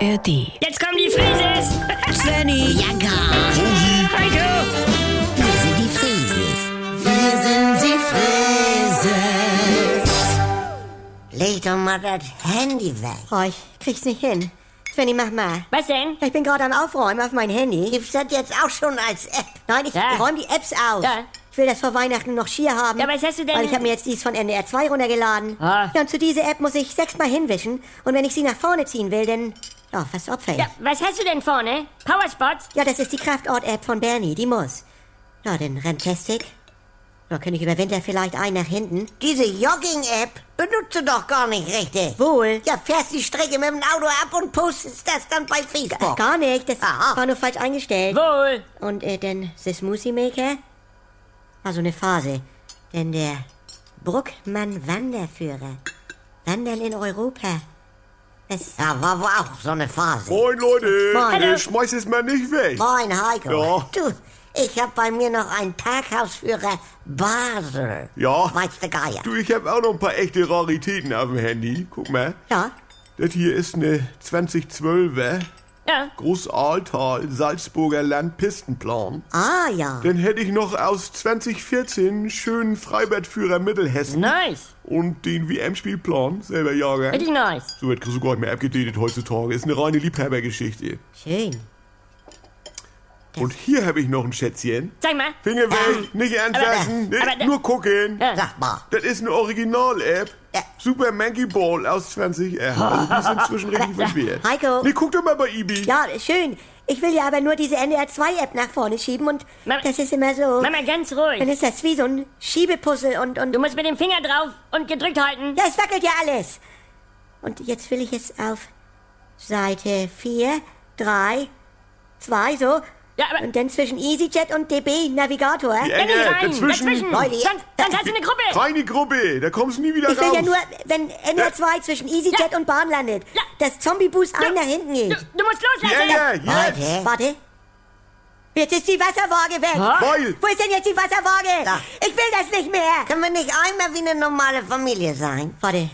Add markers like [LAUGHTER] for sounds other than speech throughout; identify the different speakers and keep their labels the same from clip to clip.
Speaker 1: ARD.
Speaker 2: Jetzt kommen die Frises!
Speaker 3: Svenny. Ja, gar.
Speaker 2: Heiko!
Speaker 3: Wir sind die Frieses. Wir sind die Frieses. Leg doch mal das Handy weg.
Speaker 4: Oh, ich krieg's nicht hin. Svenny, mach mal.
Speaker 2: Was denn?
Speaker 4: Ich bin gerade am Aufräumen auf mein Handy.
Speaker 3: Gibt's das jetzt auch schon als App?
Speaker 4: Nein, ich
Speaker 2: Ja.
Speaker 4: räume die Apps aus.
Speaker 2: Ja.
Speaker 4: Ich will das vor Weihnachten noch schier haben.
Speaker 2: Ja, was hast du denn-
Speaker 4: Weil ich habe mir jetzt dies von NDR 2 runtergeladen.
Speaker 2: Ah.
Speaker 4: Ja, und zu dieser App muss ich sechsmal hinwischen. Und wenn ich sie nach vorne ziehen will, dann... Oh, was Opfer ich.
Speaker 2: Ja, was hast du denn vorne? Powerspots?
Speaker 4: Ja, das ist die Kraftort-App von Bernie, die muss. Na, dann Remtastic. Da könnte ich über Winter vielleicht einen nach hinten.
Speaker 3: Diese Jogging-App benutzt du doch gar nicht richtig.
Speaker 4: Wohl.
Speaker 3: Ja, fährst die Strecke mit dem Auto ab und postest das dann bei Facebook.
Speaker 4: Gar nicht, das
Speaker 3: Aha.
Speaker 4: war nur falsch eingestellt.
Speaker 2: Wohl!
Speaker 4: Und äh, denn The Smoothie Maker? War so eine Phase. Denn der Bruckmann Wanderführer. Wandern in Europa. Das
Speaker 3: Ja, war wohl auch so eine Phase.
Speaker 5: Moin Leute,
Speaker 4: Moin.
Speaker 5: Ihr schmeißt es mal nicht weg.
Speaker 3: Moin, Heiko.
Speaker 5: Ja.
Speaker 3: Du, ich hab bei mir noch einen Parkhausführer Basel.
Speaker 5: Ja.
Speaker 3: Weiß der Geier.
Speaker 5: Du, ich habe auch noch ein paar echte Raritäten auf dem Handy. Guck mal,
Speaker 4: ja,
Speaker 5: das hier ist eine 2012er
Speaker 2: Ja,
Speaker 5: Großaaltal Salzburger Landpistenplan.
Speaker 4: ah ja.
Speaker 5: Dann hätte ich noch aus 2014 einen schönen Freibadführer Mittelhessen
Speaker 2: nice!
Speaker 5: und den WM-Spielplan, selber
Speaker 2: Richtig
Speaker 5: Jahrgang.
Speaker 2: nice!
Speaker 5: So wird kriegst du gar nicht mehr abgedatet heutzutage. Ist eine reine Liebhabergeschichte.
Speaker 4: Schön.
Speaker 5: Und hier habe ich noch ein Schätzchen.
Speaker 2: Sag mal!
Speaker 5: Finger weg, nicht anfassen,
Speaker 2: aber-
Speaker 5: nicht- nur gucken.
Speaker 2: Ja.
Speaker 3: Sag mal.
Speaker 5: Das ist eine Original-App.
Speaker 3: Ja.
Speaker 5: Super Monkey Ball aus 20 App. Also die sind inzwischen
Speaker 4: [LAUGHS]
Speaker 5: richtig verwirrt.
Speaker 4: Heiko.
Speaker 5: Nee, guck doch mal bei Ibi.
Speaker 4: Ja, schön. Ich will ja aber nur diese NDR 2 App nach vorne schieben und
Speaker 2: Mama-
Speaker 4: das ist immer so.
Speaker 2: Mach mal ganz
Speaker 4: Dann
Speaker 2: ruhig!
Speaker 4: ist das wie so ein Schiebepuzzle und, und
Speaker 2: Du musst mit dem Finger drauf und gedrückt halten.
Speaker 4: Ja, es wackelt ja alles. Und jetzt will ich es auf Seite 4, 3, 2, so.
Speaker 2: Ja, aber-
Speaker 4: und dann zwischen EasyJet und DB Navigator.
Speaker 5: Die
Speaker 2: Ja,
Speaker 5: Ecke,
Speaker 2: nicht rein!
Speaker 5: dazwischen.
Speaker 2: Dazwischen!
Speaker 3: Leute,
Speaker 2: Sonst, sonst hast du eine Gruppe!
Speaker 5: Kleine Gruppe, da kommst du nie wieder
Speaker 4: Ich will
Speaker 5: raus.
Speaker 4: ja nur, wenn NR 2 zwischen EasyJet
Speaker 2: Ja.
Speaker 4: und Bahn landet,
Speaker 2: Ja.
Speaker 4: dass Zombie-Boost ein
Speaker 2: Ja.
Speaker 4: nach hinten
Speaker 2: Du,
Speaker 4: geht.
Speaker 2: du musst
Speaker 5: die
Speaker 2: loslassen!
Speaker 5: Ecke, jetzt.
Speaker 3: Leute.
Speaker 4: Warte. Jetzt ist die Wasserwaage weg.
Speaker 2: Ah.
Speaker 5: Weil,
Speaker 4: Wo ist denn jetzt die Wasserwaage?
Speaker 3: Da.
Speaker 4: Ich will das nicht mehr.
Speaker 3: Können wir nicht einmal wie eine normale Familie sein?
Speaker 4: Warte.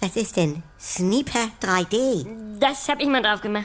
Speaker 4: Was ist denn? Sneeper 3D.
Speaker 2: Das hab ich mal drauf gemacht.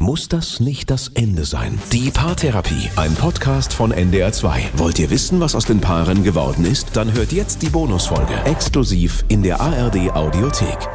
Speaker 6: Muss das nicht das Ende sein? Die Paartherapie, ein Podcast von NDR2. Wollt ihr wissen, was aus den Paaren geworden ist? Dann hört jetzt die Bonusfolge exklusiv in der ARD Audiothek.